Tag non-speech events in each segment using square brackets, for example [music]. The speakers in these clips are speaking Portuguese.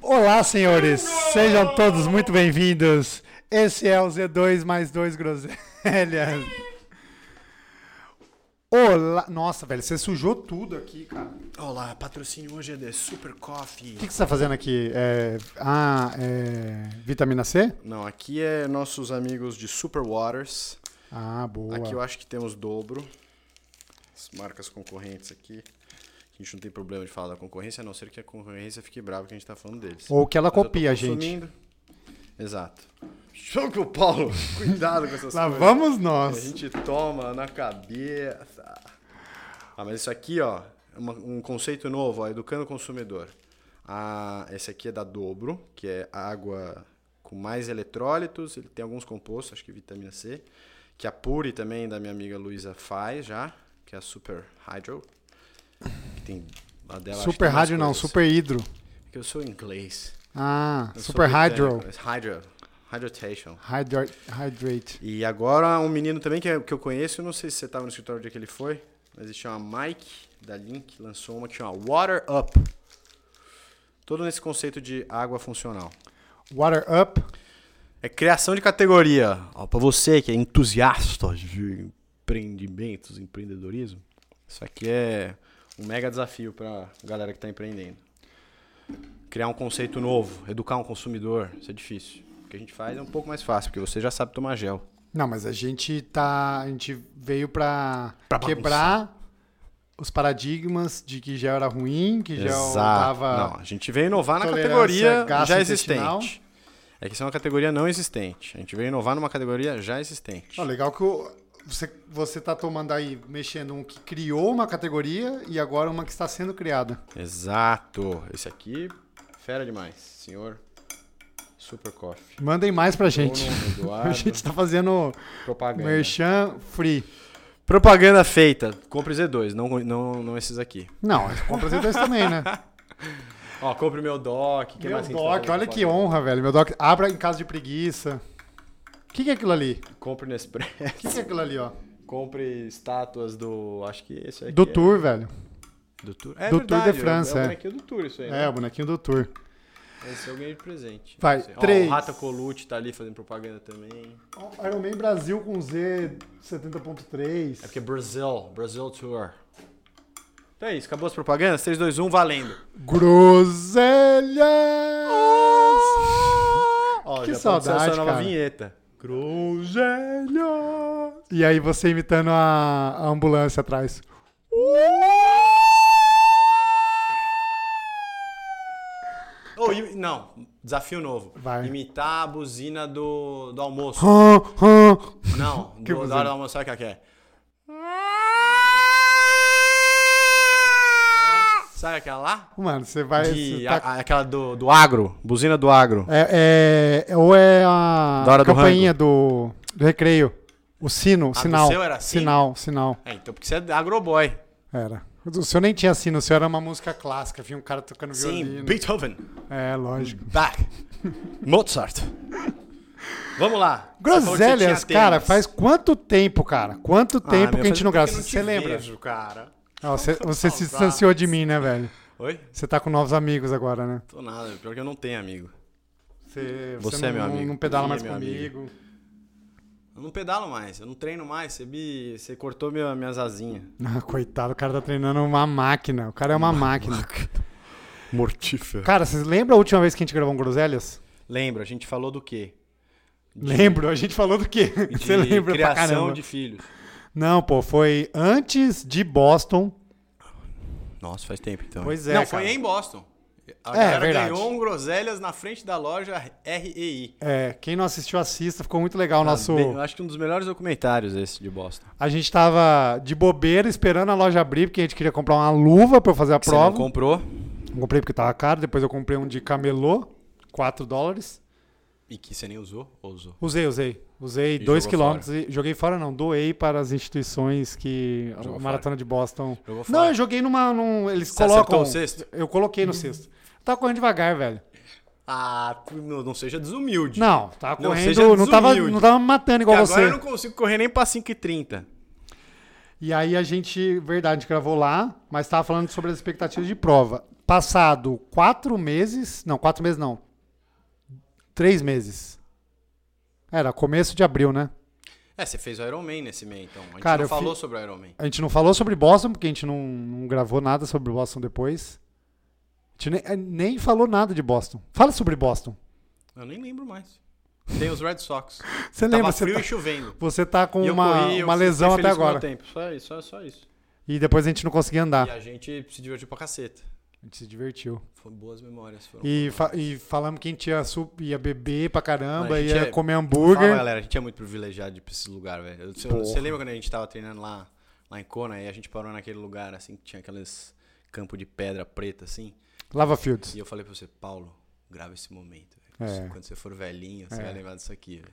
Olá, senhores! Sejam todos muito bem-vindos! Esse é o Z2 mais 2 Groselhas. Olá! Nossa, velho, você sujou tudo aqui, cara. O Olá, patrocínio hoje é de Super Coffee. que, que você tá fazendo aqui? É... Ah, é... vitamina C? Não, aqui é nossos amigos de Super Waters. Ah, boa. Aqui eu acho que temos dobro. As marcas concorrentes aqui. A gente não tem problema de falar da concorrência, a não ser que a concorrência fique brava que a gente tá falando deles. Ou que ela Mas eu tô copia a gente. consumindo. Exato. Jogo, Paulo! [laughs] Cuidado com essas Lá coisas. vamos É, A nós! gente toma na cabeça. Ah, mas isso aqui, ó, é uma- um conceito novo, ó, educando o consumidor. Ah, esse aqui é da Dobro, que é água com mais eletrólitos, ele tem alguns compostos, acho que vitamina C, que a Puri também da minha amiga Luísa faz já, que é a Super Hydro. Que tem a dela, acho que Super tem mais rádio não, coisas. super hidro. Porque eu sou inglês. Ah, Eu sou né? super hydro. britânico, mas Hydro. Hydrotation. Hydra- Hydrate. E agora um menino também que, que eu conheço, não sei se você estava no escritório o dia que ele foi, mas ele chama Mike, da Link, lançou uma que chama Water Up. Todo nesse conceito de água funcional. Water up. É criação de categoria. Ó, pra você que é entusiasta de empreendimentos, empreendedorismo, isso aqui é um mega desafio pra galera que tá empreendendo. Criar um conceito novo, educar um consumidor, isso é difícil. O que a gente faz é um pouco mais fácil, porque você já sabe tomar gel. Não, mas a gente tá. A gente veio pra, Pra quebrar os paradigmas de que gel era ruim, que gel Exato. Não, dava. a gente veio inovar na Tolerância categoria já gastrointestinal. existente. É que isso é uma categoria não existente. A gente veio inovar numa categoria já existente. Ó, legal que o- você, você tá tomando aí, mexendo um que criou uma categoria e agora uma que está sendo criada. Exato. Esse aqui, fera demais, senhor. Super Coffee. Mandem mais pra [laughs] gente. Bruno, [laughs] Eduardo, A gente tá fazendo propaganda. merchan free. Propaganda feita. Compre Z2, não, não, não esses aqui. Não, compra dois também, né? Ó, compre meu DOC. [laughs] Que Meu mais que a gente tá doc, fazendo olha que propaganda? honra, velho. Meu doc, abra em caso de preguiça. O que, que é aquilo ali? Compre O Nespresso. [laughs] que, que é aquilo ali, ó? compre estátuas do... Acho que esse aqui Do é- Tour, velho. Do Tour. É Do Tour de verdade, é o- França, É o é. bonequinho do Tour isso aí, né? É, o bonequinho do Tour. Esse eu ganhei de presente. Vai, Não sei. Ó, três. o Rata Colucci tá ali fazendo propaganda também. Iron Man Brasil com Z 70.3. É porque Brasil, Brasil Tour. Então é isso, acabou as propagandas? 3, 2, 1, valendo. Groselhas! Ó, já Ah! que produção, saudade, essa nova cara. vinheta. Groselha. E aí você imitando a, a ambulância atrás. Oh, e- não, desafio novo. Vai. Imitar a buzina do, do almoço. Hã, hã. Não, [laughs] Que do, buzina? da hora do almoço, sabe o que é? Sabe aquela lá? Mano, você vai. De, você tá- a- a- aquela do, do agro, buzina do agro. É, é- ou é a Da hora do campainha do, do recreio. O sino, o do sinal. seu era assim? Sinal, sinal. É, então porque você é agroboy. Era. O seu nem tinha sino, o seu era uma música clássica. Vinha um cara tocando Sim, violino. Beethoven, É, lógico. Bach, Mozart. Vamos lá. Você falou que você Groselhas, tinha cara, tênis. faz quanto tempo, cara? Quanto Ah, tempo meu, que a faz gente não tempo grava? eu não te Você lembra? vejo, cara. Ah, você você se saudades. distanciou de mim, né, velho? Oi? Você tá com novos amigos agora, né? Tô nada, pior que eu não tenho amigo. Você, Você é não, meu amigo. não pedala Sim, mais é meu comigo. Eu não pedalo mais, eu não treino mais. Você, me- você cortou minha, minhas asinhas. Ah, coitado, o cara tá treinando uma máquina. O cara é uma máquina. Mortífero. Cara, vocês lembram a última vez que a gente gravou um Groselhas? Lembra, a gente falou do quê? Lembro, a gente falou do quê? [laughs] Você De lembra pra criação caramba. de filhos. Não, pô, foi antes de Boston. Nossa, faz tempo então. Pois é, Não, cara. foi em Boston. A É, galera verdade. ganhou um groselhas na frente da loja REI. É, quem não assistiu, assista. Ficou muito legal o nosso... Bem, eu acho que um dos melhores documentários esse de Boston. A gente tava de bobeira esperando a loja abrir, porque a gente queria comprar uma luva pra eu fazer a Que você não prova. comprou Não comprei porque tava caro, depois eu comprei um de camelô, 4 dólares. e que você nem usou ou usou? Usei, usei. Usei E 2 jogou quilômetros e joguei fora não, doei para as instituições que Jogou a maratona de Boston. Jogou fora. Não, eu joguei numa num, eles Você acertou colocam o sexto? Eu coloquei no sexto. Tava correndo devagar, velho. Ah, tu- não, não seja desumilde. Não, tava Não, correndo, seja não, tava desumilde. não tava me matando Porque igual agora você. eu não consigo correr nem pra 5h30. E aí a gente, verdade, a gente gravou lá, mas tava falando sobre as expectativas de prova. Passado quatro meses. Não, quatro meses não. Três meses. Era começo de abril, né? É, você fez o Iron Man nesse meio, então. A gente Cara, não eu falou fi- sobre o Iron Man. A gente não falou sobre Boston, porque a gente não, não gravou nada sobre Boston depois. A gente nem, nem falou nada de Boston. Fala sobre Boston. Eu nem lembro mais. Tem os Red [laughs] Sox. Você Tava lembra? frio Você e tá, chovendo. você tá com E eu uma, corri, eu uma fui- fui lesão até feliz com o meu agora. Ah. Tempo. Só isso, só, só isso. E depois a gente não conseguia andar. E a gente se divertiu pra caceta. A gente se divertiu. Foram boas memórias. Foram E, fa- e falamos que a gente ia, su- ia beber pra caramba, Mano, a gente ia é- comer Fala, hambúrguer. galera, a gente é muito privilegiado de ir pra esse lugar, velho. Você, Porra. você lembra quando a gente tava treinando lá, lá em Kona e a gente parou naquele lugar, assim, que tinha aqueles campos de pedra preta, assim? Lava Fields. E eu falei pra você, Paulo, grava esse momento. É. velho. Quando você for velhinho, você É. vai lembrar disso aqui, velho.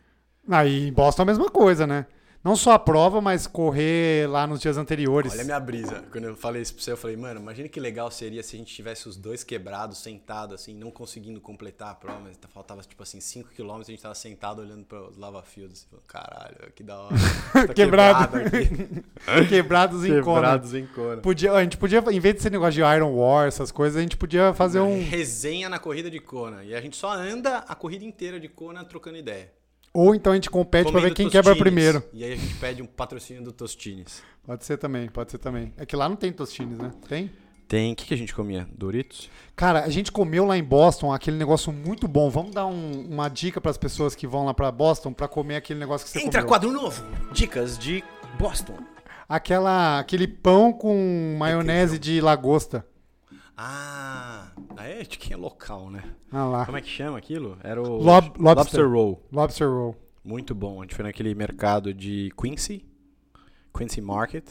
Aí em Boston é a mesma coisa, né? Não só a prova, mas correr lá nos dias anteriores. Olha a minha brisa. Quando eu falei isso pra você, eu falei, mano, imagina que legal seria se a gente tivesse os dois quebrados, sentados, assim, não conseguindo completar a prova, mas faltava, tipo assim, 5km, a gente tava sentado olhando para os lava-fields. Assim, falando, Caralho, que da [laughs] hora. Tá Quebrado. [laughs] aqui. Quebrados em Conan. Quebrados em Kona. Podia, a gente podia, em vez de ser negócio de Iron War, essas coisas, a gente podia fazer um. Resenha na corrida de Kona. E a gente só anda a corrida inteira de Kona trocando ideia. Ou então a gente compete pra Comendo ver quem quebra tostines. primeiro. E aí a gente pede um patrocínio do Tostines. Pode ser também, pode ser também. É que lá não tem tostines, né? Tem? Tem. O que, que a gente comia? Doritos? Cara, a gente comeu lá em Boston aquele negócio muito bom. Vamos dar um- uma dica pras pessoas que vão lá pra Boston pra comer aquele negócio que você Entra comeu. quadro novo. Dicas de Boston. Aquela, aquele pão com maionese de lagosta. Ah, aí é de quem é local, né? Ah lá. Como é que chama aquilo? Era o Lob- lobster. Roll. Lobster roll. Muito bom. A gente foi naquele mercado de Quincy, Quincy Market.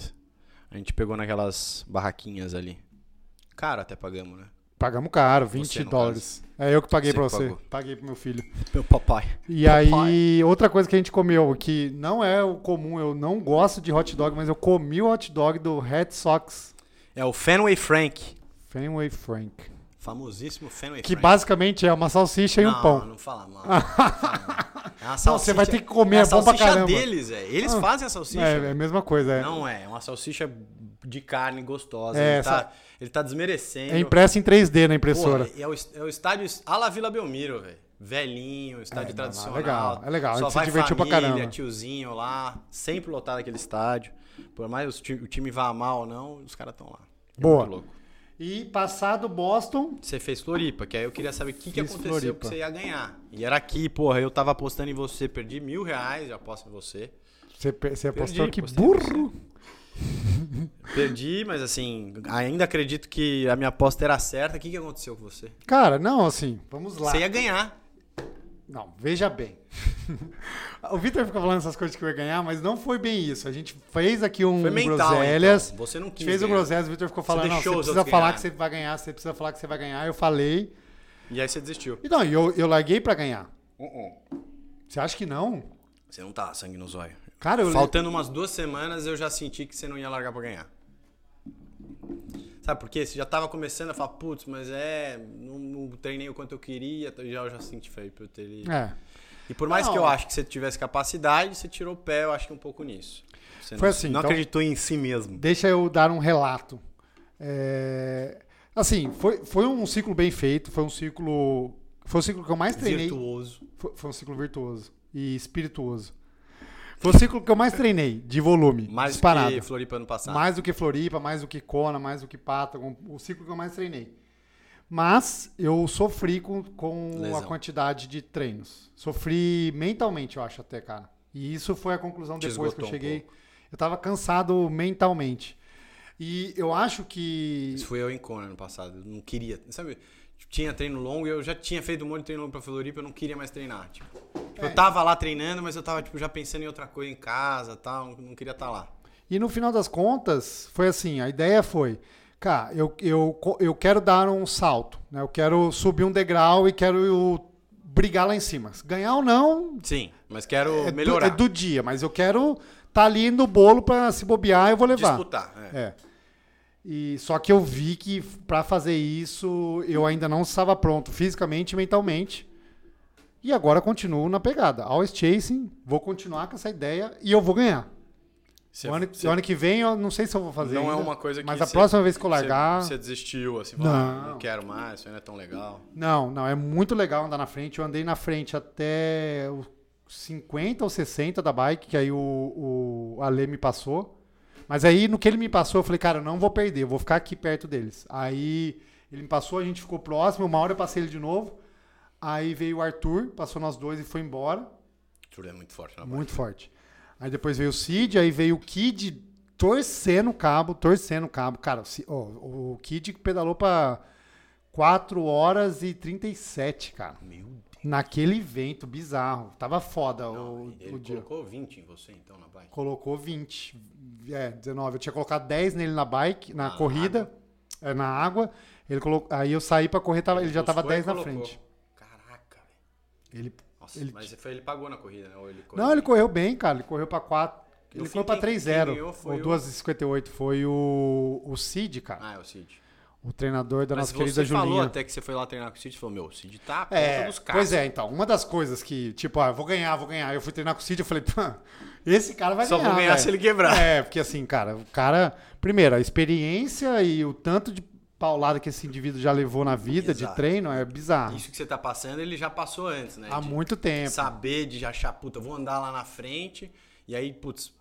A gente pegou naquelas barraquinhas ali. Caro até pagamos, né? Pagamos caro, Você, 20 no dólares. É eu que paguei Você pra que você. pagou. Paguei pro meu filho. Meu papai. E Papai. aí, outra coisa que a gente comeu, que não é o comum, eu não gosto de hot dog, mas eu comi o hot dog do Red Sox É o Fenway Frank. Fenway Frank. Famosíssimo Fenway Que Frank. basicamente é uma salsicha e um não, pão. Não, fala mal. Não fala mal. [laughs] É uma salsicha- você vai ter que comer, é é a bom pra salsicha caramba. deles, é. Eles Ah, fazem a salsicha. É, é a mesma coisa, é. Não é, é uma salsicha de carne gostosa. É, ele, tá, ele tá desmerecendo. É impresso em 3D na Porra, impressora. é, o, é o estádio à la Vila Belmiro, velho. Velhinho, estádio É, não, não, é tradicional. legal, é legal, a Só gente se vai divertiu pra família, caramba. tiozinho lá, sempre lotado aquele estádio. Por mais os ti- o time vá mal ou não, os caras estão lá. É Boa. muito louco. E passado Boston, Você fez Floripa, que aí eu queria saber o que, que Fiz aconteceu Floripa. que você ia ganhar. E era aqui, porra, eu tava apostando em você, perdi mil reais, eu aposto em você. você, pe- você apostou que apostei burro. Perdi, mas assim, ainda acredito que a minha aposta era certa. O que, que aconteceu com você? Cara, não, assim, vamos lá. Você ia ganhar. Não, veja bem. [laughs] o Vitor fica falando essas coisas que eu ia ganhar, mas não foi bem isso. A gente fez aqui um Foi mental, groselhas. então. Você não A gente quis fez um o ganhar. groselhas, o Vitor ficou falando, não, você deixou os precisa outros falar ganharem. que você vai ganhar, você precisa falar que você vai ganhar. Eu falei. E aí você desistiu. E não, e eu, eu larguei pra ganhar. Uh, Você acha que não? Você não tá sangue no zóio. Cara, eu... Faltando umas duas semanas, eu já senti que você não ia largar pra ganhar. Sabe por quê? Você já tava começando a falar, putz, mas é, não, não treinei o quanto eu queria, eu já, eu já senti feio pra eu ter ele. É. E por mais Não. que eu acho que você tivesse capacidade, você tirou o pé, eu acho que um pouco nisso. Você Foi não, assim, não então- acreditou em si mesmo. Deixa eu dar um relato. É, Assim, foi, foi um ciclo bem feito, foi um ciclo. Foi o ciclo que eu mais treinei. Virtuoso. Foi, foi um ciclo virtuoso e espirituoso. Foi o ciclo que eu mais treinei de volume. Mais disparado. que Floripa ano passado. Mais do que Floripa, mais do que Kona, mais do que Patagon, o ciclo que eu mais treinei. Mas eu sofri com, com Lesão. a quantidade de treinos. Sofri mentalmente, eu acho, até, cara. E isso foi a conclusão Te depois que eu esgotou um cheguei. eu tava cansado mentalmente. E eu acho que. Isso foi eu em Kona ano passado. Eu não queria. Sabe? Tinha treino longo e eu já tinha feito um monte de treino longo pra Floripa, eu não queria mais treinar. Tipo, Tipo, eu tava lá treinando, mas eu tava tipo, já pensando em outra coisa em casa tal. Não queria estar lá. E no final das contas, foi assim, a ideia foi, cara, eu, eu, co- eu quero dar um salto, né? Eu quero subir um degrau e quero brigar lá em cima. Ganhar ou não, Sim, mas quero é do, melhorar. é do dia, mas eu quero estar ali no bolo para se bobear, eu vou levar. disputar. é. É. E só que eu vi que para fazer isso, eu ainda não estava pronto fisicamente e mentalmente. E agora continuo na pegada. Always chasing, vou continuar com essa ideia e eu vou ganhar. O ano, o ano que vem eu não sei se eu vou fazer. não é ainda, uma coisa que Mas a cê- próxima vez que eu cê- largar. Você desistiu, assim, falou, "Ah, não. Não. quero mais, isso aí não é tão legal. Não, não, é muito legal andar na frente. Eu andei na frente até os 50 ou 60 da bike, que aí o, o Ale me passou. Mas aí no que ele me passou, eu falei, cara, eu não vou perder, eu vou ficar aqui perto deles. Aí ele me passou, a gente ficou próximo, uma hora eu passei ele de novo. Aí veio o Arthur, passou nós dois e foi embora. Tudo é muito forte na bike. Muito forte. Aí depois veio o Cid, aí veio o Kid torcendo o cabo, torcendo o cabo. Cara, o Ci- ó, o Kid pedalou pra 4 horas e 37, cara. Meu Deus. Naquele vento bizarro. Tava foda o, Ele o dia. Colocou... colocou 20 em você, então, na bike. 20, é, 19. Eu tinha colocado 10 nele na bike, na, Na corrida, é, na água. Ele colocou, aí eu saí pra correr, tava, ele já tava Buscou e 10 na colocou. frente. Caraca, velho. Ele, Nossa, Ele- mas foi, ele pagou na corrida, né? Ou ele Não, ele correu bem, cara. Ele correu pra 4. No Ele fim, foi pra quem- quem 3-0. ganhou Ou foi o- 2,58. Foi o, o Cid, cara. Ah, é o Cid. O treinador da Mas nossa você querida falou Julinha. até que você foi lá treinar com o Cid e falou, meu, o Cid tá a ponta É, dos caras. pois é, então. Uma das coisas que, tipo, ah, eu vou ganhar, vou ganhar. Eu fui treinar com o Cid, eu falei, "Pã, esse cara vai Só ganhar. vou ganhar velho." se ele quebrar. É, porque assim, cara, o cara. Primeiro, a experiência e o tanto de paulada que esse indivíduo já levou na vida Exato. de treino é bizarro. Isso que você tá passando, ele já passou antes, né? Há De- muito tempo. saber de achar, puta, eu vou andar lá na frente, e aí, putz,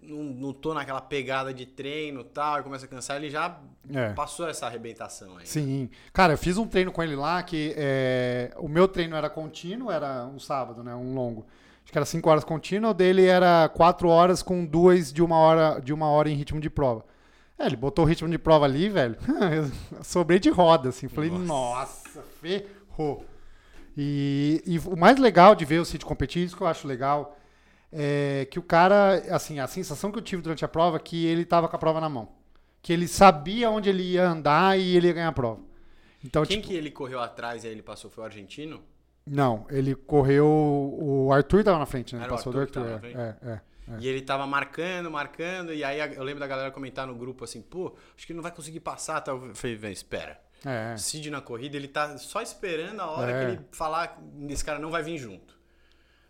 não, não tô naquela pegada de treino e tal, e começa a cansar, ele já É. passou essa arrebentação aí. Sim. Cara, eu fiz um treino com ele lá que é, o meu treino era contínuo, era um sábado, né? Um longo. Acho que era 5 horas contínuo, o dele era 4 horas com duas de uma hora, de uma hora em ritmo de prova. É, ele botou o ritmo de prova ali, velho. [laughs] eu sobrei de roda, assim. Falei, nossa, ferrou. E, e o mais legal de ver o Cid competir, isso que eu acho legal, é que o cara, assim, a sensação que eu tive durante a prova é que ele tava com a prova na mão. Que ele sabia onde ele ia andar e ele ia ganhar a prova. Então, Quem tipo, que ele correu atrás e aí ele passou? Foi o argentino? não, ele correu. O Arthur tava na frente, né? Ele Era o passou Arthur que do Arthur. tava é, na é, é. E ele tava marcando, marcando, e aí a- eu lembro da galera comentar no grupo assim, pô, acho que ele não vai conseguir passar, tal. Eu falei, vem, espera. É, Cid na corrida, ele tá só esperando a hora É. que ele falar esse cara não vai vir junto.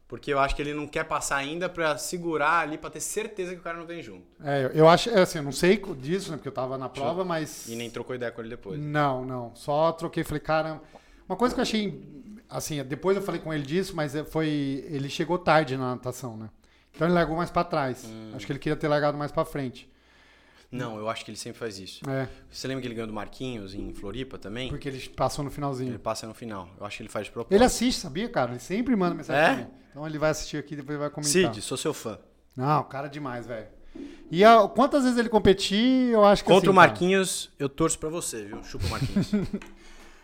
Porque eu acho que ele não quer passar ainda pra segurar ali, pra ter certeza que o cara não vem junto. é, eu- eu acho, é, assim, eu não sei co- disso, né? Porque eu tava na prova, mas. E nem trocou ideia com ele depois. Não, não. Só troquei, falei, cara. Uma coisa que eu achei. Assim, depois eu falei com ele disso, mas é- foi. Ele chegou tarde na natação, né? Então ele largou mais pra trás. Hum. Acho que ele queria ter largado mais pra frente. Não, eu acho que ele sempre faz isso. É, Você lembra que ele ganhou do Marquinhos em Floripa também? porque ele passou no Ele finalzinho. passa no final. Eu acho que ele faz de propósito. Ele é assiste, sabia, cara? Ele sempre manda mensagem É? pra mim. Então ele vai assistir aqui e depois vai comentar. Cid, sou seu fã. Não, cara é demais, velho. E a- quantas vezes ele competir, eu acho que Contra assim, o cara. Marquinhos, eu torço pra você, viu? Chupa o [laughs] Marquinhos.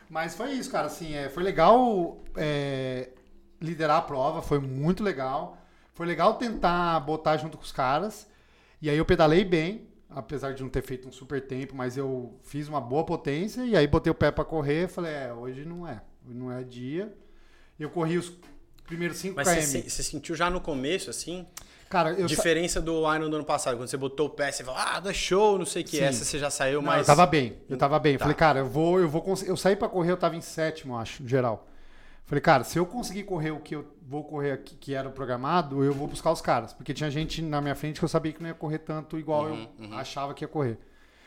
Mas foi isso, cara. Assim, é, foi legal é, liderar a prova, foi muito legal. Foi legal tentar botar junto com os caras. E aí eu pedalei bem, apesar de não ter feito um super tempo, mas eu fiz uma boa potência. E aí botei o pé pra correr. Falei, é, hoje não é, hoje não é dia. Eu corri os primeiros 5 Mas você, km. se- você sentiu já no começo, assim, Cara, eu, sa- diferença do Iron do ano passado. Quando você botou o pé, você falou, ah, dá show, não sei o que. Sim. Essa você já saiu Não, mais... eu tava bem, eu tava bem. Eu Tá. Falei, cara, eu vou, eu vou conseguir. Eu saí pra correr, eu tava em sétimo, acho, geral. Falei, cara, se eu conseguir correr o que eu vou correr aqui, que era o programado, eu vou buscar os caras. Porque tinha gente na minha frente que eu sabia que não ia correr tanto igual Uhum, eu achava que ia correr.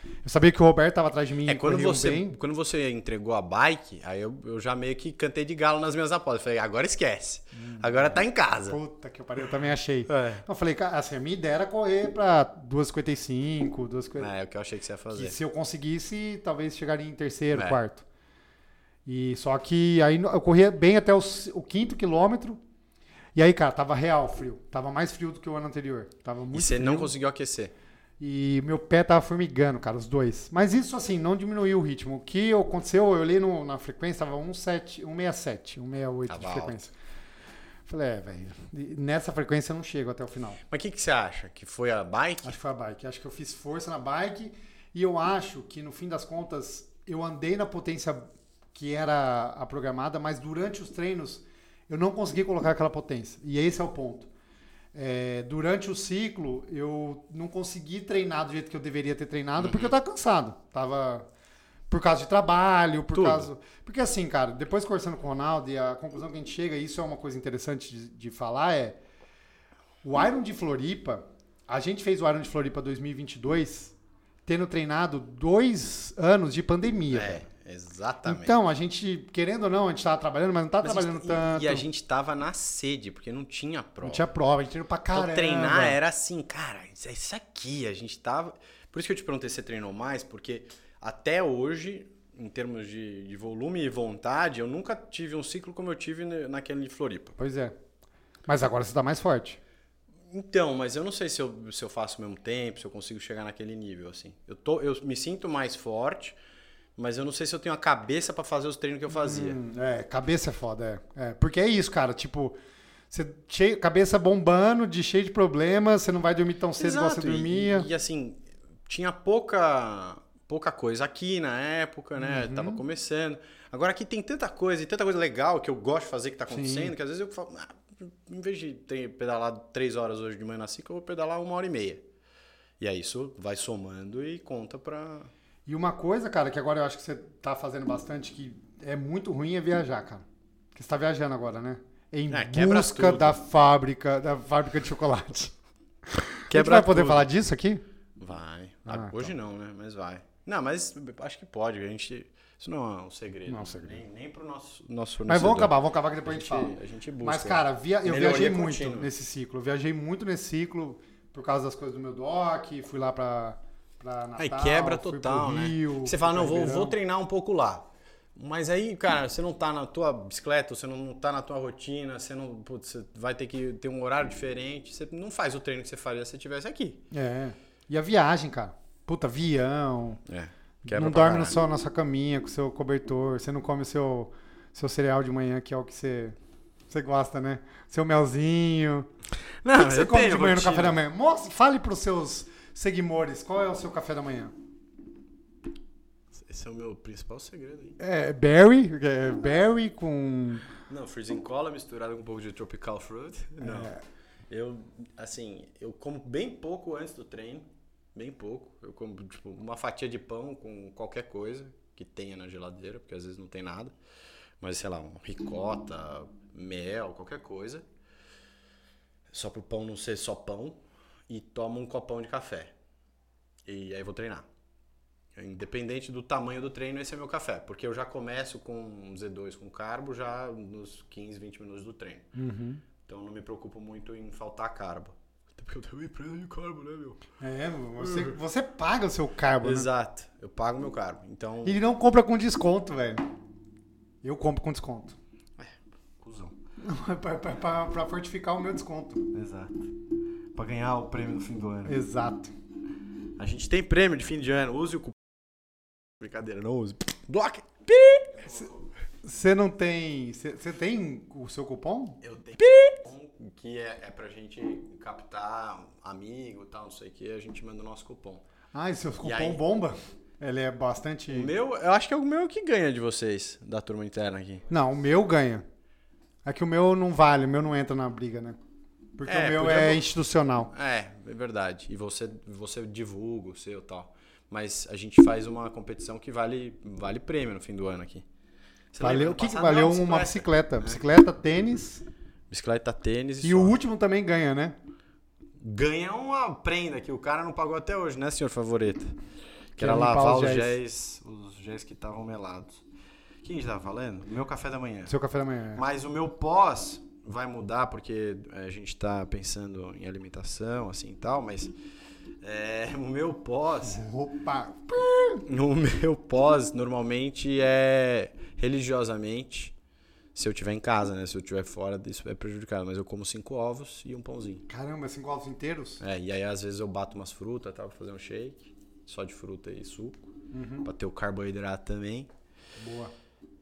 Eu sabia que o Roberto tava atrás de mim É, e quando correu você, bem. quando você entregou a bike, aí eu, eu já meio que cantei de galo nas minhas apostas. Falei, agora esquece. Hum. Agora tá em casa. Puta que eu parei, eu também achei. É. Eu falei, cara, assim, a minha ideia era correr pra 2,55, 2,50. É, é o que eu achei que você ia Que fazer. se eu conseguisse, talvez chegaria em terceiro, É. quarto. E só que aí no- eu corria bem até o, s- o quinto quilômetro. E aí, cara, tava real frio. Tava mais frio do que o ano anterior. Tava muito E você não frio. conseguiu aquecer. E meu pé tava formigando, cara, os dois. Mas isso, assim, não diminuiu o ritmo. O que aconteceu, eu olhei no- na frequência, tava 1,7, 1,67, 1,68 Tava de alto. frequência. Falei, é, velho, e nessa frequência eu não chego até o final. Mas o que, que você acha? Que foi a bike? Acho que foi a bike. Acho que eu fiz força na bike e eu acho que no fim das contas eu andei na potência que era a programada, mas durante os treinos eu não consegui colocar aquela potência. E esse é o ponto. É, durante o ciclo eu não consegui treinar do jeito que eu deveria ter treinado porque eu Uhum. tava cansado. Tava por causa de trabalho, por Tudo. causa. Porque assim, cara, depois conversando com o Ronaldo e a conclusão que a gente chega, e isso é uma coisa interessante de, de falar, é. O Iron de Floripa, A gente fez o Iron de Floripa 2022 tendo treinado dois anos de pandemia. velho. É, exatamente. Então, a gente, querendo ou não, a gente tava trabalhando, mas não tava Mas a gente- trabalhando e- tanto. E a gente tava na sede, porque não tinha prova. Não tinha prova, a gente treinou pra Então, caramba. treinar era assim, cara, isso é isso aqui. A gente tava. Por isso que eu te perguntei se você treinou mais, porque até hoje, em termos de, de volume e vontade, eu nunca tive um ciclo como eu tive na- naquele de Floripa. Pois é. Mas agora você tá mais forte. Então, mas eu não sei se eu, se eu faço o mesmo tempo, se eu consigo chegar naquele nível, assim. Eu, tô, eu me sinto mais forte, mas eu não sei se eu tenho a cabeça pra fazer os treinos que eu fazia. Hum, é, cabeça é foda, é. É, Porque é isso, cara, tipo, você cheio, cabeça bombando, de cheio de problemas, você não vai dormir tão cedo igual você Exato, e- dormia. E, e, assim, tinha pouca pouca coisa aqui na época, né? Uhum. Tava começando. Agora aqui tem tanta coisa e tanta coisa legal que eu gosto de fazer que tá acontecendo, que às vezes eu falo, "Ah, em vez de ter pedalado três horas hoje de manhã na cinco, eu vou pedalar uma hora e meia. E aí isso vai somando e conta pra. E... uma coisa, cara, que agora eu acho que você tá fazendo bastante, que é muito ruim, é viajar, cara. Porque você tá viajando agora, né? Em É, quebra busca tudo. da fábrica, da fábrica de chocolate. [laughs] a Quebra gente vai é poder tudo. falar disso aqui? Vai. Ah, Ah, hoje não, né? Mas vai. Não, mas acho que pode. A gente. Isso não é um segredo. Não é um segredo. Nem, nem pro nosso, nosso Mas fornecedor. vamos acabar, vamos acabar que depois a gente, A fala. gente, a gente busca. Mas, cara, via- eu Melhoria viajei contínua. muito nesse ciclo. Eu viajei muito nesse ciclo por causa das coisas do meu doc, fui lá pra, pra Natal. Aí quebra fui pro total, né? Rio, Você fala, fui não, pra vou, Ribeirão. vou treinar um pouco lá. Mas aí, cara, você não tá na tua bicicleta, você não tá na tua rotina, você não. putz, você vai ter que ter um horário diferente. Você não faz o treino que você faria se você estivesse aqui. É. E a viagem, cara. Puta, avião. É. não dorme no sol na sua caminha com seu cobertor. Você não come o seu, seu cereal de manhã, que é o que você, você gosta, né? Seu melzinho. Não, o que que você come de manhã no café da manhã? Mostra, fale pros seus seguidores qual é o seu café da manhã. Esse é o meu principal segredo aí. É berry, é berry com Não, freezing cola misturado com um pouco de tropical fruit. Não. Eu, assim, eu como bem pouco antes do treino. Bem pouco. Eu como, tipo, uma fatia de pão com qualquer coisa que tenha na geladeira, porque às vezes não tem nada. Mas, sei lá, um ricota, mel, qualquer coisa. Só pro pão não ser só pão. E tomo um copão de café. E aí vou treinar. Independente do tamanho do treino, esse é meu café. Porque eu já começo com um Z2 com carbo já nos 15, 20 minutos do treino. Uhum. Então eu não me preocupo muito em faltar carbo. Até porque eu também prendo de carbo, né, meu? É, você, você paga o seu carbo, né? Exato. Eu pago meu carbo. Então. E não compra com desconto, velho. Eu compro com desconto. Cusão. é pra, pra- pra- pra fortificar o meu desconto. Exato. Pra ganhar o prêmio no fim do ano. Exato. A gente tem prêmio de fim de ano. Use o cupom. Brincadeira, não use. Bloque! Você não tem. Você você tem o seu cupom? Eu tenho um que é, é pra gente captar amigo e tal, não sei o que, a gente manda o nosso cupom. Ah, e seu cupom aí? bomba? Ele é bastante. O meu, eu acho que é o meu que ganha de vocês, da turma interna aqui. Não, o meu ganha. É que o meu não vale, o meu não entra na briga, né? Porque É, o meu podia é bo- institucional. É, é verdade. E você, você divulga o seu e tal. Mas a gente faz uma competição que vale, vale prêmio no fim do ano aqui. Você lembra Valeu, no o que, que passado? valeu Não, É. uma bicicleta? Bicicleta, tênis. Bicicleta, tênis E só. o último também ganha, né? Ganha uma prenda que o cara não pagou até hoje, né, senhor favorito? Que era Quer limpar lavar os os géis. géis, os géis que estavam melados. O que a gente tava falando? Meu café da manhã. Seu café da manhã. Mas o meu pós vai mudar porque a gente tá pensando em alimentação, assim e tal, mas é, [laughs] o meu pós, [laughs] Opa! o meu pós normalmente é religiosamente, se eu tiver em casa, né? Se eu tiver fora, isso é prejudicado, mas eu como cinco ovos e um pãozinho. Caramba, cinco ovos inteiros? É, e aí às vezes eu bato umas frutas, tá? Vou fazer um shake, só de fruta e suco, pra ter o carboidrato também. Boa.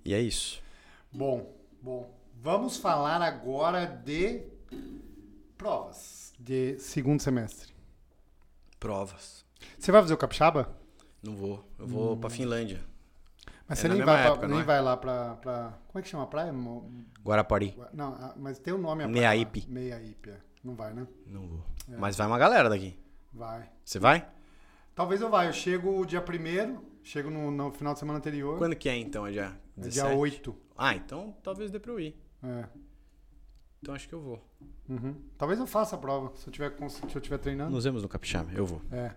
E é isso. Bom, bom. Vamos falar agora de provas de segundo semestre. Provas. Você vai fazer o capixaba? É é ah, um é. né? é, então, É Ah, Então acho que eu vou. é. Uhum. Talvez eu faça a prova, se eu tiver, cons- se eu tiver treinando. Ah. Nos vemos no Capixaba, eu vou. É.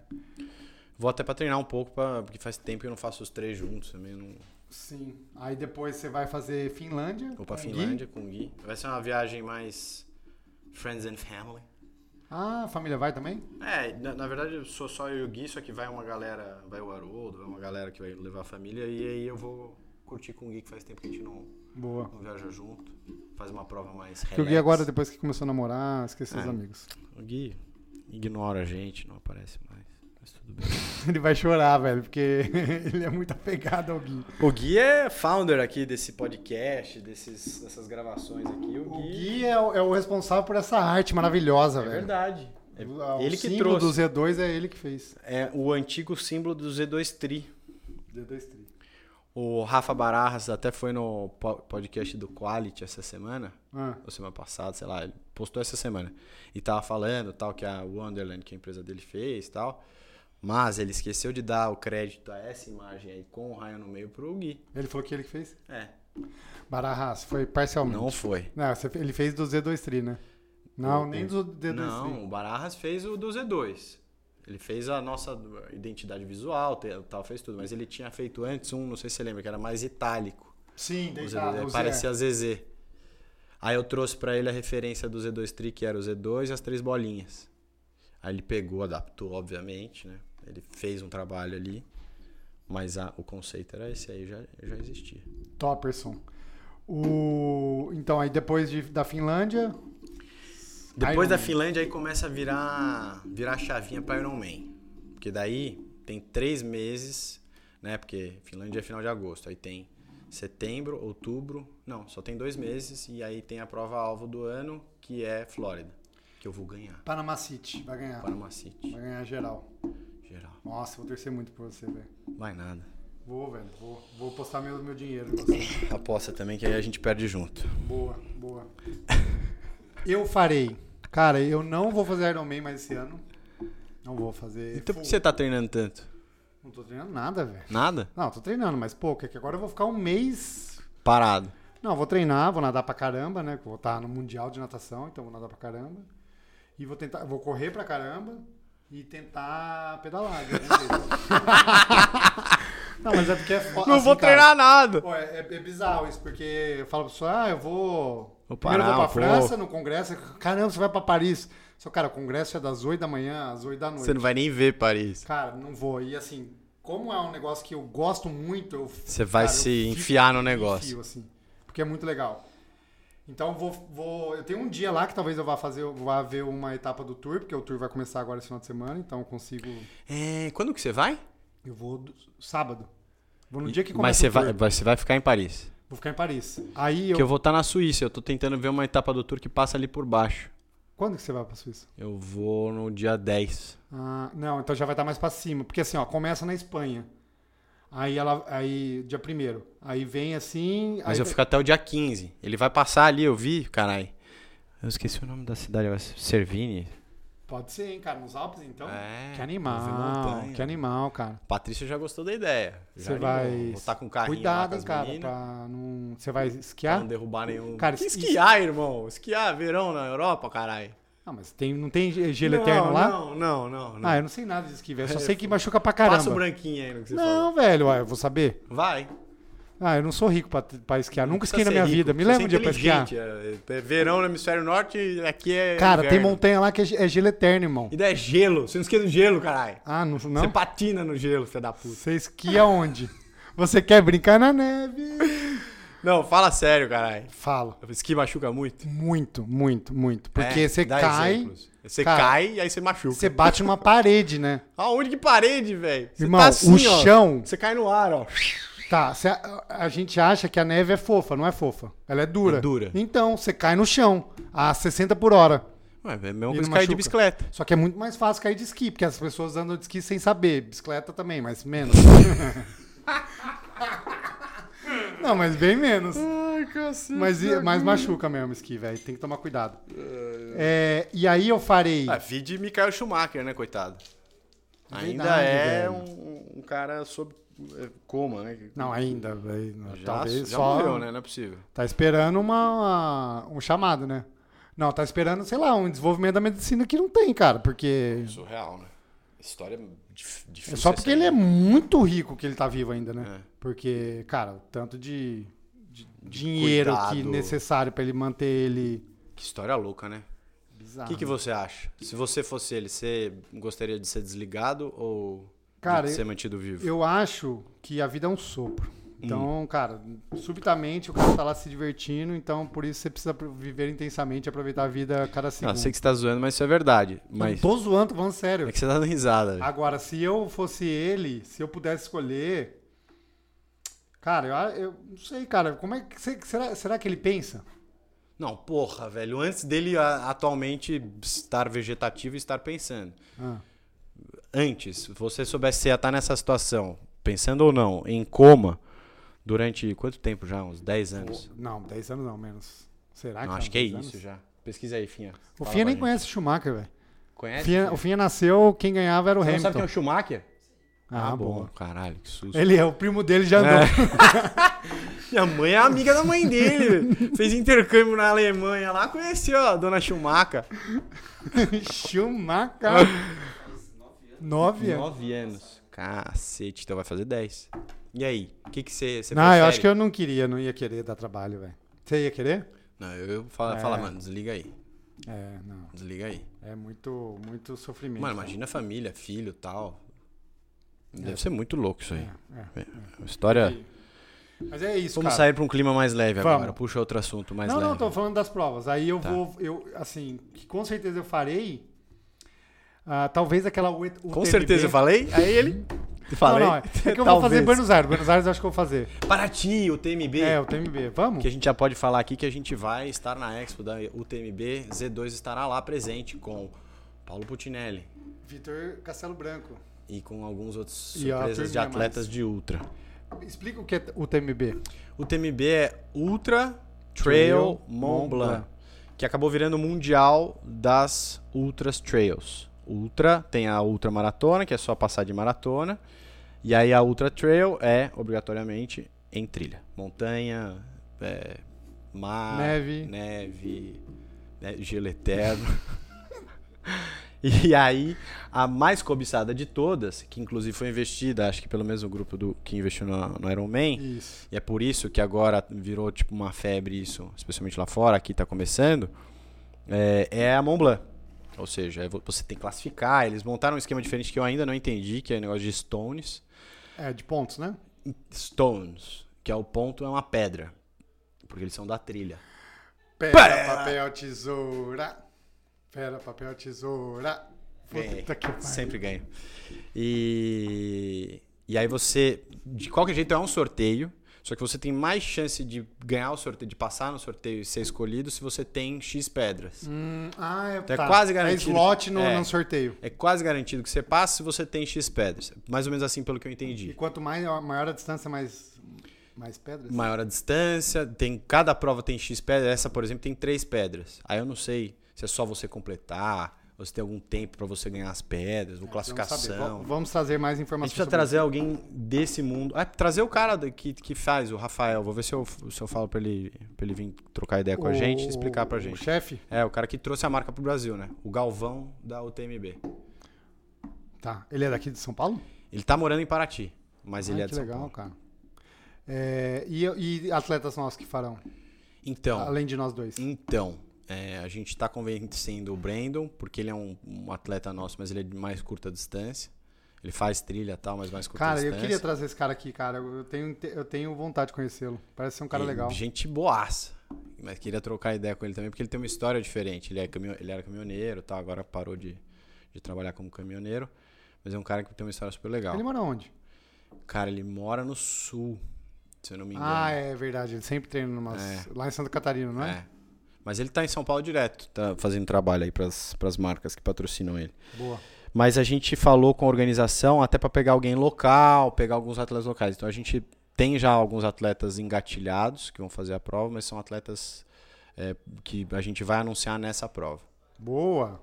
Vou até pra treinar um pouco, pra, porque faz tempo que eu não faço os três juntos também. Não... Sim. Aí depois você vai fazer Finlândia. Vou pra com o Gui. Finlândia com o Gui. Vai ser uma viagem mais friends and family. Ah, a família vai também? É, na, na verdade eu sou só eu e o Gui, só que vai uma galera, vai o Haroldo, vai uma galera que vai levar a família e aí eu vou curtir com o Gui, que faz tempo que a gente não, Boa. não viaja junto. Faz uma prova mais Porque o Gui relax. agora, depois que começou a namorar, esqueceu os É. amigos. [laughs] O Gui ignora a gente, não aparece mais. Mas tudo bem. Ele vai chorar, velho, porque [laughs] ele é muito apegado ao Gui. O Gui é founder aqui desse podcast, desses, dessas gravações aqui. O O Gui, Gui é, o- é o responsável por essa arte maravilhosa, é velho. verdade. É O- ele o que símbolo trouxe. do Z2 é ele que fez. É o antigo símbolo do Z2 Tri. Z2 Tri. O Rafa Barajas até foi no po- podcast do Quality essa semana, Ah, ou semana passada, sei lá, ele postou essa semana. E tava falando tal que a Wonderland, que a empresa dele fez, tal. Mas ele esqueceu de dar o crédito a essa imagem aí com o raio no meio pro Gui. ele falou que ele que fez? É. Bararras, foi parcialmente. Não foi. Não, você- ele fez do Z2 Tri, né? Não, O- nem do Z2 Tri. Não, o Barajas fez o do Z2. Ele fez a nossa identidade visual, te- tal, fez tudo. Mas ele tinha feito antes um, não sei se você lembra, que era mais itálico. Sim, O deitado. Z2, o Zé. parecia ZZ. Aí eu trouxe pra ele a referência do Z2 Tri, que era o Z2 e as três bolinhas. Aí ele pegou, adaptou, obviamente, né? Ele fez um trabalho ali, mas a- o conceito era esse aí, já, já existia. Topperson. O... Então, aí depois de- da Finlândia. Depois Iron da Man. Finlândia, aí começa a virar, virar chavinha pra Iron Man. Porque daí tem três meses, né? Porque Finlândia é final de agosto. Aí tem setembro, outubro. Não, só tem dois meses. E aí tem a prova alvo do ano, que é Flórida. Que eu vou ganhar. Panama City, vai ganhar. Panama City, Vai ganhar geral. geral. Nossa, vou torcer muito por você, velho. Vai nada. Vou, velho. Vou, vou postar meu, meu dinheiro em você. Aposta também que aí a gente perde junto. Boa, boa. [laughs] Eu farei. Cara, eu não vou fazer Iron Man mais esse ano. Não vou fazer. Então por full. que você tá treinando tanto? Não tô treinando nada, velho. Nada? Não, tô treinando, mas pouco. É que agora eu vou ficar um mês Parado. Não, vou treinar, vou nadar pra caramba, né? Vou estar no Mundial de Natação, então vou nadar pra caramba. E vou tentar, vou correr pra caramba e tentar pedalar. [laughs] de algum jeito. não, mas é porque é foda. Não vou treinar nada. Pô, é, é bizarro isso, porque eu falo pra pessoa, ah, eu vou. Vou primeiro eu vou pra parar um França no Congresso. Caramba, você vai pra Paris. Só, cara, o Congresso é das 8 da manhã às 8 da noite. Você não vai nem ver Paris. Cara, não vou. E assim, como é um negócio que eu gosto muito, eu. Você vai cara, eu se fico- enfiar no me negócio. enfio, assim, porque é muito legal. Então vou, vou. Eu tenho um dia lá que talvez eu vá fazer, eu vá ver uma etapa do tour, porque o tour vai começar agora esse final de semana, então eu consigo. É, quando que você vai? Eu vou do- sábado. Vou no Um dia que começa Mas você o tour. vai, vai- você vai ficar em Paris. Vou ficar em Paris. Aí eu. Porque eu vou estar na Suíça. Eu tô tentando ver uma etapa do tour que passa ali por baixo. Quando que você vai pra Suíça? Eu vou no dia 10. Ah, não, então já vai estar mais pra cima. Porque assim, ó, começa na Espanha. Aí ela. Aí, dia primeiro. Aí vem assim. Mas aí eu fico até o dia 15. Ele vai passar ali, eu vi, carai. Eu esqueci o nome da cidade, é Servini. Pode ser, hein, cara? Nos Alpes, então. É, que eu vi animal. montanha. Que animal, cara. Patrícia já gostou da ideia. Já Você animou. vai. Vou tá com o carrinho lá com Cuidado, as cara, meninas, pra não. Você vai pra esquiar? não derrubar nenhum. Cara, que isso- esquiar, irmão? Esquiar verão na Europa, caralho. Ah, mas tem, não tem ge- gelo eterno lá? Não, não, não. não. Ah, eu não sei nada de esqui, velho. Eu Só É, sei que machuca pra Passa o caramba. branquinho aí no que você falou. Não, velho, uai, eu vou saber. Vai. Ah, eu não sou rico pra, pra esquiar. Nunca Precisa esquei na ser minha Então é rico, vida. Me precisa lembra um ser dia pra esquiar. inteligente. É, é verão no hemisfério norte e aqui é. Cara, tem inverno. montanha lá que é ge- é gelo eterno, irmão. E daí é gelo. Você não esquece do gelo, caralho. Ah, não? Você não? patina no gelo, filho da puta. Você esquia onde? Você quer brincar na neve? Não, fala sério, caralho. Falo. Esqui machuca muito. Muito, muito, muito. Porque É, você dá cai, exemplos. Você Cara, cai e aí você machuca. você bate numa parede, né? [laughs] Aonde que parede, velho? Você Irmão, tá o assim, ó, chão- Você cai no ar, ó. Tá, cê- a, a gente acha que a neve é fofa, não é fofa. Ela é dura. É dura. Então, você cai no chão a 60 por hora. Ué, é a mesma E coisa que cair não de machuca. bicicleta. Só que é muito mais fácil cair de esqui, porque as pessoas andam de esqui sem saber. Bicicleta também, mas menos. [laughs] não, mas bem menos. Ai, cacete. Mas, e- mas machuca mesmo esqui, velho. Tem que tomar cuidado. É, e aí eu farei. Ah, vi de Michael Schumacher, né, coitado? Ainda Verdade, é velho. um, um cara sob eh, coma, né? Não, ainda, velho. Já, Talvez já só. morreu, né? Não é possível. Tá esperando uma, um chamado, né? Não, tá esperando, sei lá, um desenvolvimento da medicina que não tem, cara, porque. Surreal, né? História dif- difícil. É só essa porque aí, ele é né? muito rico que ele tá vivo ainda, né? É. Porque, cara, o tanto de, de dinheiro que cuidado. necessário pra ele manter ele. Que história louca, né? O Bizarro. que, que você acha? Se você fosse ele, você gostaria de ser desligado ou Cara, de eu- ser mantido vivo? Eu acho que a vida é um sopro. Então, Hum. cara, subitamente o cara tá lá se divertindo, então por isso você precisa viver intensamente e aproveitar a vida a cada Não, eu segundo. sei que você tá zoando, mas isso é verdade. Mas Não tô zoando, tô falando é sério. que você tá dando risada. velho. Agora, se eu fosse ele, se eu pudesse escolher. Cara, eu, a- eu não sei, cara. Como é que. se- Será, será que ele pensa? Não, porra, velho. Antes dele a- atualmente estar vegetativo e estar pensando. Ah. Antes, se você soubesse se ia estar nessa situação, pensando ou não, em coma, durante quanto tempo já? Uns 10 anos? Não, 10 anos não, menos. Será que Não, são acho que é 10 anos? isso já. Pesquisa aí, Finha. O Fala pra Finha nem gente. conhece Schumacher, velho. Conhece? Finha- é O Finha nasceu, quem ganhava era o Você não Hamilton. sabe quem é o Schumacher? Ah, bom. Caralho, que susto. Ele é, o primo dele já andou. [laughs] Minha mãe é amiga da mãe [laughs] dele. Fez intercâmbio na Alemanha lá, conheceu a dona Schumacher. Schumacher. Ah. Nove anos. Nove anos. Cacete, então vai fazer 10. E aí, o que que você você Não, eu prefere? acho que eu não queria, não ia querer dar trabalho, velho. Você ia querer? Não, eu falo, É. fala, mano, desliga aí. É, não. Desliga aí. É muito, muito sofrimento. Mano, imagina a família, filho e tal. Deve ser muito louco isso aí. É, é. Uma História. Mas é isso, Vamos cara. sair pra um clima mais leve Vamos. agora. Puxa outro assunto mais não, leve. não, tô falando das provas. Aí eu Tá. vou, eu, assim, que com certeza eu farei. ah, talvez aquela U- UTMB. Com certeza eu falei. Aí ele. Falei. Não, não, é que eu vou fazer em Buenos Aires. Buenos Aires eu acho que eu vou fazer. Para ti, o TMB. É, o TMB. Vamos? Que a gente já pode falar aqui que a gente vai estar na Expo da UTMB. Z2 estará lá presente com Paulo Putinelli Vitor Castelo Branco. e com alguns outros E a surpresas de turminha atletas de ultra. Explica o que é o TMB. O TMB é Ultra Trail Trail Mont Mont Blanc, Blanc. que acabou virando o mundial das Ultras Trails. Ultra tem a Ultra Maratona, que é só passar de maratona, e aí a Ultra Trail é obrigatoriamente em trilha, montanha, é, mar, Neve. neve, né, gelo eterno. [laughs] E aí, a mais cobiçada de todas, que inclusive foi investida, acho que pelo mesmo grupo do que investiu no, no Iron Man, Isso. e é por isso que agora virou tipo uma febre isso, especialmente lá fora, aqui tá começando, é, é a Mont Blanc. Ou seja, é vo- você tem que classificar, eles montaram um esquema diferente que eu ainda não entendi, que é o negócio de stones. É, de pontos, né? Stones, que é o ponto, é uma pedra. Porque eles são da trilha. Pera, papel, tesoura. Pera, papel, tesoura. Ganhei. Puta que pariu. É, Sempre ganho. E, e aí você, de qualquer jeito, é um sorteio. Só que você tem mais chance de ganhar o sorteio, de passar no sorteio e ser escolhido se você tem X pedras. Hum, ah, é, é quase É garantido. slot no, É. no sorteio. É quase garantido que você passa se você tem X pedras. Mais ou menos assim, pelo que eu E entendi. quanto mais, maior a distância, mais, mais pedras? Maior a distância, tem cada prova tem X pedras. Essa, por exemplo, tem três pedras. Aí eu não sei se é só você completar, ou se tem algum tempo pra você ganhar as pedras, ou É, Vamos, saber. classificação. Va- vamos trazer A mais gente informações. precisa trazer alguém desse mundo. Ah, trazer o cara da- que, que faz, o Rafael. Vou ver se eu, se eu falo pra ele, pra ele vir trocar ideia com a gente e explicar pra O gente. chefe? É, o cara que trouxe a marca pro Brasil, né? O Galvão da UTMB. Tá. Ele é daqui de São Paulo? Ele tá morando em Paraty, mas ele Ah, é de que São legal, Paulo. cara. É, e, e atletas nossos que farão? Então, Além de nós dois. Então, é, a gente está convencendo o Brandon, porque ele é um, um atleta nosso, mas ele é de mais curta distância. Ele faz trilha e tal, mas mais curta Cara, distância. eu queria trazer esse cara aqui, cara. Eu eu tenho, eu tenho vontade de conhecê-lo. Parece ser um cara E legal. Gente boaça. Mas queria trocar ideia com ele também, porque ele tem uma história diferente. Ele, é caminho- ele era caminhoneiro, tá? agora parou de, de trabalhar como caminhoneiro. Mas é um cara que tem uma história super legal. Ele mora onde? Cara, ele mora no sul, se eu não me engano. Ah, é verdade. Ele sempre treina numas... lá em Santa Catarina, não é? É. Mas ele tá em São Paulo direto, tá fazendo trabalho aí pras, pras marcas que patrocinam ele. Boa. Mas a gente falou com a organização até para pegar alguém local, pegar alguns atletas locais. Então a gente tem já alguns atletas engatilhados que vão fazer a prova, mas são atletas é, que a gente vai anunciar nessa prova. Boa.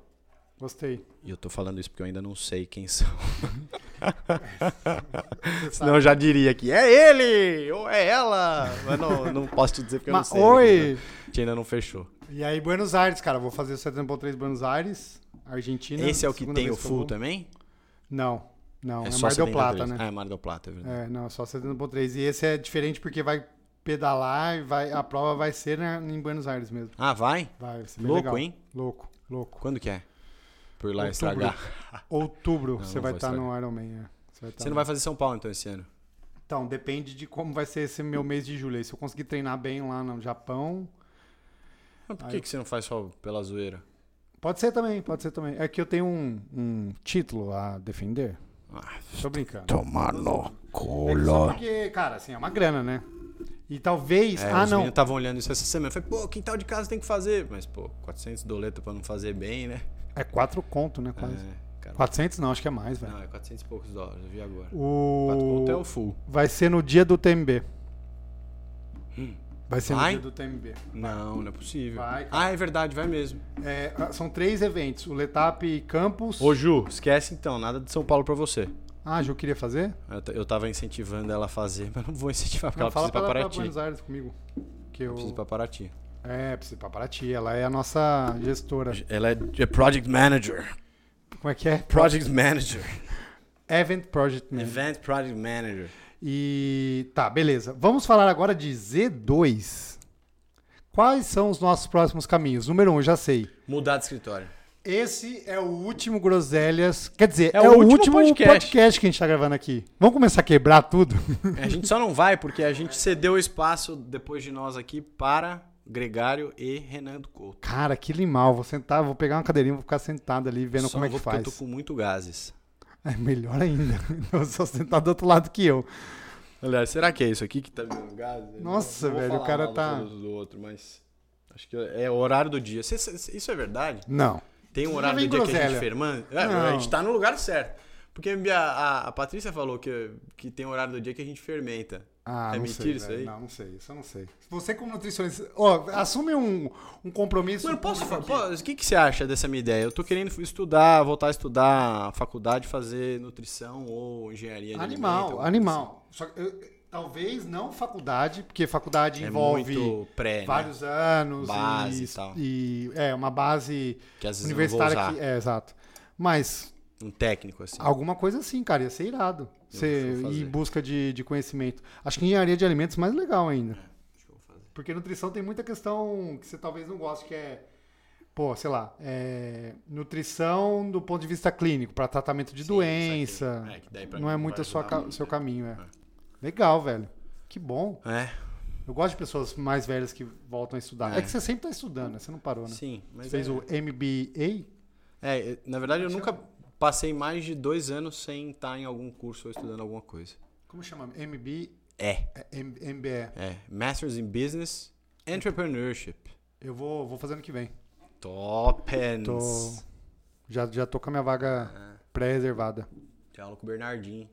Gostei. E eu tô falando isso porque eu ainda não sei quem são. Você Senão eu já diria aqui, é ele! Ou é ela! Mas não, não posso te dizer porque eu não Mas, sei. oi! A gente ainda não fechou. E aí, Buenos Aires, cara, vou fazer o 70.3 Buenos Aires, Argentina. Esse é o que segunda tem o vez que eu full vou. também? Não, não, é, só Mar del 73. Plata, né? Ah, é Mar del Plata, é verdade. É, não, é só 70.3. E esse é diferente porque vai pedalar e vai, a prova vai ser na- em Buenos Aires mesmo. Ah, vai? Vai, vai ser bem Louco, legal. hein? Louco, louco. Quando que é? Por lá Outubro. estragar. Outubro Ah. Não, você não vai vou estar estragar. no Ironman. É. Você, vai tá Você não lá. vai fazer São Paulo então esse ano? Então, depende de como vai ser esse meu mês de julho. aí. Se eu conseguir treinar bem lá no Japão. Mas por que, que você não faz só pela zoeira? Pode ser também, pode ser também. É que eu tenho um, um título a defender. Ah, Tô brincando. tomar no É que só porque, cara, assim, é uma grana, né? E talvez. É, ah, os não. meninos estavam olhando isso essa semana. Eu falei, pô, quintal de casa tem que fazer. Mas, pô, 400 doleta pra não fazer bem, né? É quatro conto, né? Quase. É, cara. 400 não, acho que é mais, velho. Não, é 400 e poucos dólares, eu vi agora. Quatro O... conto é o full. Vai ser no dia do TMB. Vai ser Hum. Vai? no dia do TMB. Não, não é possível. Vai, cara. ah, é verdade, vai mesmo. É, ah, são três eventos: o Letap Campus. Ô, Ju, esquece então, nada de São Paulo pra você. Ah, Ju queria fazer? Eu, t- eu tava incentivando ela a fazer, [laughs] mas não vou incentivar, porque Não, ela precisa ir pra ela tá ir Paraty. Buenos Aires comigo. Que eu... Precisa ir pra Paraty. É, precisa ir pra Paraty. Ela é a nossa gestora. Ela é, é Project Manager. Como é que é? Project Manager. Event Project Manager. Event Project Manager. E tá, beleza. Vamos falar agora de Z2. Quais são os nossos próximos caminhos? Número um, eu já sei. Mudar de escritório. Esse é o último Groselhas. Quer dizer, É é, o o último último, podcast. podcast. que a gente tá gravando aqui. Vamos começar a quebrar tudo? [laughs] A gente só não vai porque a gente cedeu o espaço depois de nós aqui para Gregário e Renan do Couto. Cara, que limal. Vou sentar, vou pegar uma cadeirinha, vou ficar sentado ali vendo só como é não que vou porque faz. Eu tô com muito gases. É melhor ainda. [laughs] Eu sou sentado do outro lado que eu. Aliás, será que é isso aqui que tá dando gases? Eu Nossa, não vou velho, o falar cara mal tá- Do, do outro, mas acho que é o horário do dia. Cê- cê- Isso é verdade? Não. Tem um Você horário já do vem dia que a gente groselha. firmando? É, Não. a gente tá no lugar certo. Porque a, a- a Patrícia falou que, que tem um horário do dia que a gente fermenta. Ah, é não mentira sei, isso velho. aí? Não, não sei. Isso eu não sei. Você como nutricionista... Ó, assume um, um compromisso... Mano, posso público falar? aqui. o que, que você acha dessa minha ideia? Eu tô querendo estudar, voltar a estudar a faculdade, fazer nutrição ou engenharia de alimento, Animal, alguma animal. Só que, eu- talvez não faculdade, porque faculdade coisa assim. envolve É muito pré, né? vários anos Base e, e tal. e- é uma base Que às vezes eu não vou universitária usar. que é exato. Mas Um técnico, assim. alguma coisa assim, cara, ia ser irado. Você vou fazer. ir em busca de, de conhecimento. Acho que engenharia de alimentos é mais legal ainda. Deixa eu fazer. Porque nutrição tem muita questão que você talvez não goste, que é, pô, sei lá, é, nutrição do ponto de vista clínico, para tratamento de Sim, doença. saquei. É, que daí pra não mim é não muito vai o sua ajudar ca- muito, seu né? caminho, é. Legal, velho. Que bom. É, Eu gosto de pessoas mais velhas que voltam a estudar. É, É. que você sempre tá estudando, né? Você não parou, né? sim. Mas Você fez é, o MBA? é, na verdade eu nunca é passei mais de dois anos sem estar em algum curso ou estudando alguma coisa. Como chama? MB, É. é, M- MBE. É. Masters in Business Entrepreneurship. Eu vou, vou fazer ano que vem. Topens. Tô, já, já tô com a minha vaga pré-reservada. É, Tem aula com o Bernardinho.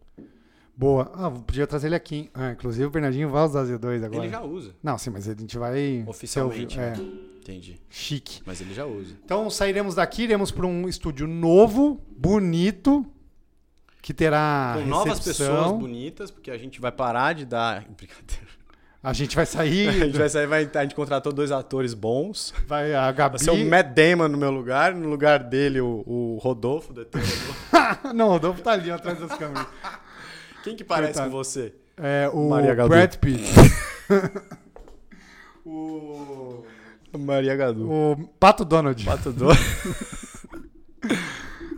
Boa. Ah, vou- podia trazer ele aqui. hein? Ah, inclusive o Bernardinho vai usar Z2 agora. Ele já usa. Não, sim, mas a gente vai... Oficialmente, né? É, Entendi. chique. Mas ele já usa. Então sairemos daqui, iremos para um estúdio novo, bonito, que terá com novas recepção. pessoas bonitas, porque a gente vai parar de dar. [laughs] Brincadeira. A gente vai A [laughs] sair, gente vai sair, vai, a gente contratou dois atores bons. vai a Vai Gabi. ser um o Matt Damon no meu lugar, no lugar dele o, o Rodolfo. do ET Rodolfo. [laughs] Não, o Rodolfo tá ali ó, atrás das câmeras. Quem que parece Coitado. com você? É o Maria Gadu. Brad [laughs] Pitt. [laughs] o, Maria Gadu. o Pato Donald. Pato [laughs] Doido.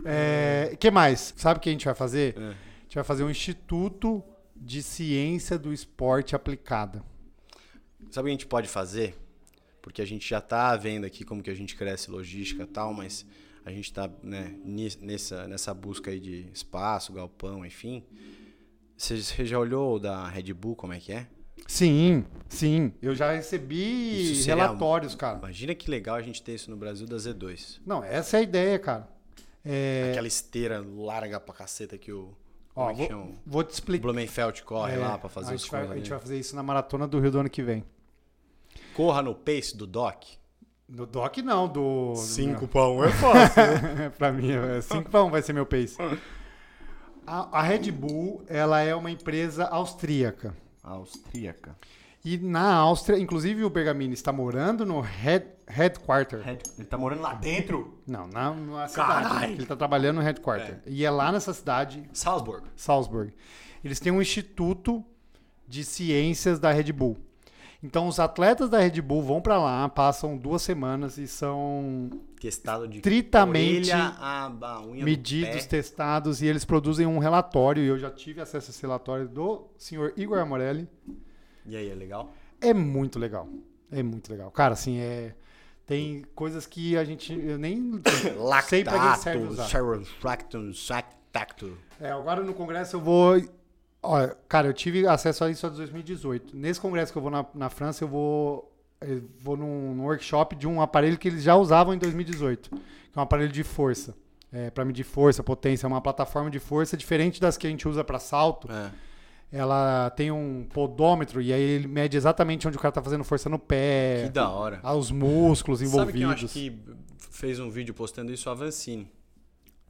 É, que mais? Sabe o que a gente vai fazer? É. A gente vai fazer um instituto de ciência do esporte aplicada. Sabe o que a gente pode fazer? Porque a gente já tá vendo aqui como que a gente cresce logística e tal, mas a gente tá né, ni- nessa, nessa busca aí de espaço, galpão, enfim. Você você já olhou o da Red Bull, como é que é? Sim, sim. Eu já Isso recebi seria- um- relatórios, cara. Imagina que legal a gente ter isso no Brasil da Z2. Não, essa é a ideia, cara. É, Aquela esteira larga pra caceta que o ó, como é que vou- chama? vou te O explicar. Blumenfeld corre É, lá pra fazer a os gente, vai, corres. a gente vai ali. fazer isso na maratona do Rio do ano que vem. Corra no pace do Doc. No DOC não, do. pão é fácil. [laughs] pra mim, é 5 pra 1 vai ser meu pace. A, a Red Bull, ela é uma empresa austríaca. [laughs] Austríaca. E na Áustria, inclusive o Bergamini está morando no head, headquarter. Ele tá morando lá dentro. Não, na, na cidade. né, Caralho! Ele está trabalhando no headquarter. E é lá nessa cidade, Salzburg. Salzburg. Eles têm um instituto de ciências da Red Bull. Então os atletas da Red Bull vão para lá, passam duas semanas e são Testado de Tritamente orelha a, a unha do medidos, pé. testados e eles produzem um relatório. E eu já tive acesso a esse relatório do senhor Igor Amorelli. E aí, é [laughs] legal? É muito legal. É muito legal. Cara, assim, é. Tem coisas que a gente. Eu nem [coughs] sei pra quem Lactato, serve usar. Saurofractum, Sactacto. É, agora no congresso eu vou. Olha, cara, eu tive acesso a isso só de 2018. Nesse congresso que eu vou na, na França, eu vou, eu vou num, num workshop de um aparelho que eles já usavam em 2018, que é um aparelho de força. É, para medir força, potência, é uma plataforma de força diferente das que a gente usa para salto. É. Ela tem um podômetro e aí ele mede exatamente onde o cara tá fazendo força no pé, Que da hora. É. aos músculos Sabe quem eu envolvidos. acho que fez um vídeo postando isso? A Vancini.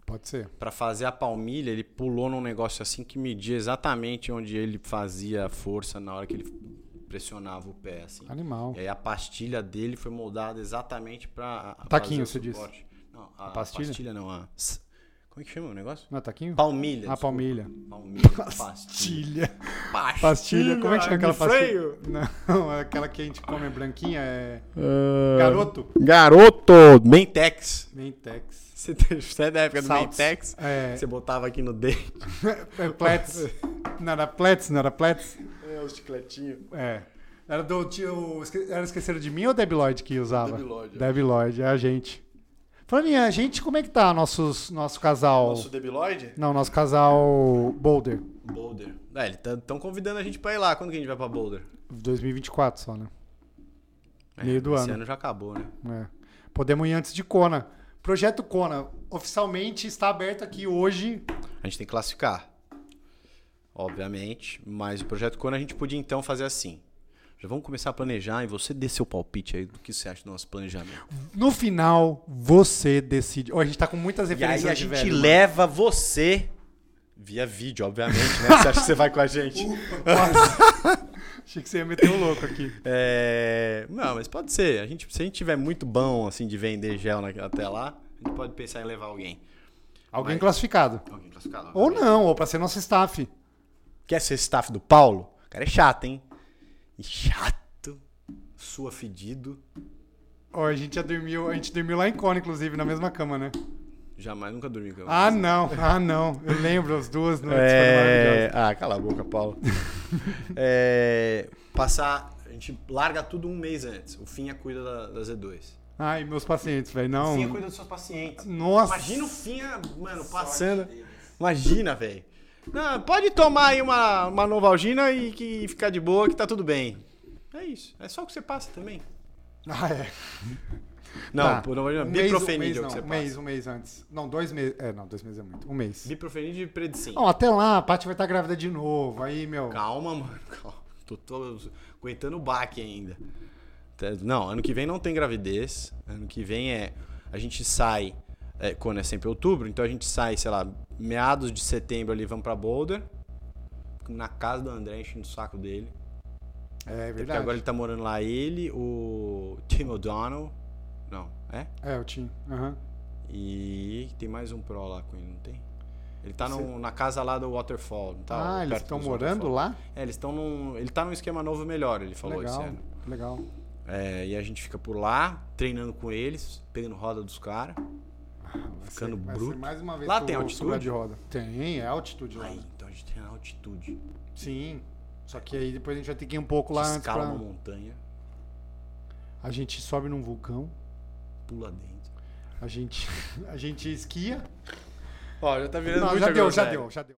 Pode ser. Pra fazer a palmilha, ele pulou num negócio assim que media exatamente onde ele fazia a força na hora que ele pressionava o pé, assim. Animal. E aí a pastilha dele foi moldada exatamente pra. a- a Taquinho, fazer o você suporte. Não, a, pastilha? pastilha? não. A... Como é que chama o negócio? Não é taquinho? Palmilha. A desculpa. palmilha. [laughs] Palmilha. Pastilha. Ah, Pastilha. Pastilha, Pastilha, como é que chama aquela pastilha? freio. Não, [laughs] é aquela que a gente come branquinha é. Ah. Garoto. Garoto! Mentex. Mentex. Você tem- você é da época do Salts. Mentex? É. Você botava aqui no dente. [laughs] É Plets. Não era Plets, não era Plets? É, o chicletinho. É. Era do tio. esque- Era esqueceram de mim ou Debi Lloyd que usava? Debi Lloyd, é. Debi Lloyd, é a gente. Falando em a gente, como é que tá nossos, nosso casal? Nosso debiloide? Não, nosso casal Boulder. Boulder. É, eles estão convidando a gente pra ir lá. Quando que a gente vai pra Boulder? 2024 só, né? É, Meio do esse ano. já acabou, né? É. Podemos ir antes de Kona. Projeto Kona oficialmente está aberto aqui hoje. A gente tem que classificar. Obviamente. Mas o projeto Kona a gente podia então fazer assim. Já vamos começar a planejar e você dê seu palpite aí do que você acha do nosso planejamento. No final, você decide. Ó, a gente tá com muitas E aí referências a de gente velho, né? mano. leva você. Via vídeo, obviamente, né? Você acha que você vai com a gente? [laughs] Achei que você ia meter o louco aqui. [laughs] É, Não, mas pode ser. A gente, se a gente tiver muito bom assim de vender gel na- até lá, a gente pode pensar em levar alguém. Alguém classificado. Alguém classificado. Ou obviamente. não, ou pra ser nosso staff. Quer ser staff do Paulo? O cara é chato, hein? E chato. Sua fedido. Ó, a gente já dormiu, a gente dormiu lá em Kona, inclusive, na mesma cama, né? Jamais nunca dormi com Ah, não, ah, não. Eu lembro as duas noites, É... foram maravilhosas. Ah, cala a boca, [laughs] Paulo. É, Passar. A gente larga tudo um mês antes. O Finha cuida da, da Z2. Ai, meus pacientes, velho, O Finha não. cuida dos seus pacientes. Nossa. Imagina o Finha, mano, passando. Imagina, velho. Não, Pode tomar aí uma, uma Novalgina e que ficar de boa, que tá tudo bem. É isso. É só o que você passa também. Ah, é. Não, Tá. por Novalgina, Um mês, biprofenid é um o que você mês, não, um passa. mês, um mês antes. Não, dois meses. É, não, dois meses é muito. Um mês. Biprofenid e predicin. Não, até lá, a Paty vai estar grávida de novo. Aí, meu. Calma, mano, [laughs] calma. Tô, tô aguentando o baque ainda. Tá- Não, ano que vem não tem gravidez. Ano que vem é. A gente sai. é, quando é sempre outubro, então a gente sai, sei lá, meados de setembro ali, vamos pra Boulder. Na casa do André, enchendo o saco dele. É Até porque verdade. agora ele tá morando lá, ele, o Tim O'Donnell. Não, é? É, o Tim. Aham. E tem mais um pro lá com ele, não tem? Ele tá no- na casa lá do Waterfall, não tá? ah, eles Perto estão dos morando Waterfall. lá? É, eles estão num. Ele tá num esquema novo melhor, ele falou legal, esse ano. legal. É, e a gente fica por lá, treinando com eles, pegando roda dos caras. Vai Ficando ser- vai bruto. ser mais uma vez Lá que tem eu vou altitude? segurar de roda. Tem, é altitude lá. Aí, então a gente tem altitude. Sim. Só que aí depois a gente vai ter que ir um pouco lá Lá antes escala pra... uma montanha, A gente sobe num vulcão, pula dentro. [laughs] a gente, a gente esquia. Ó, já tá virando né? Não, já deu, já deu, já deu.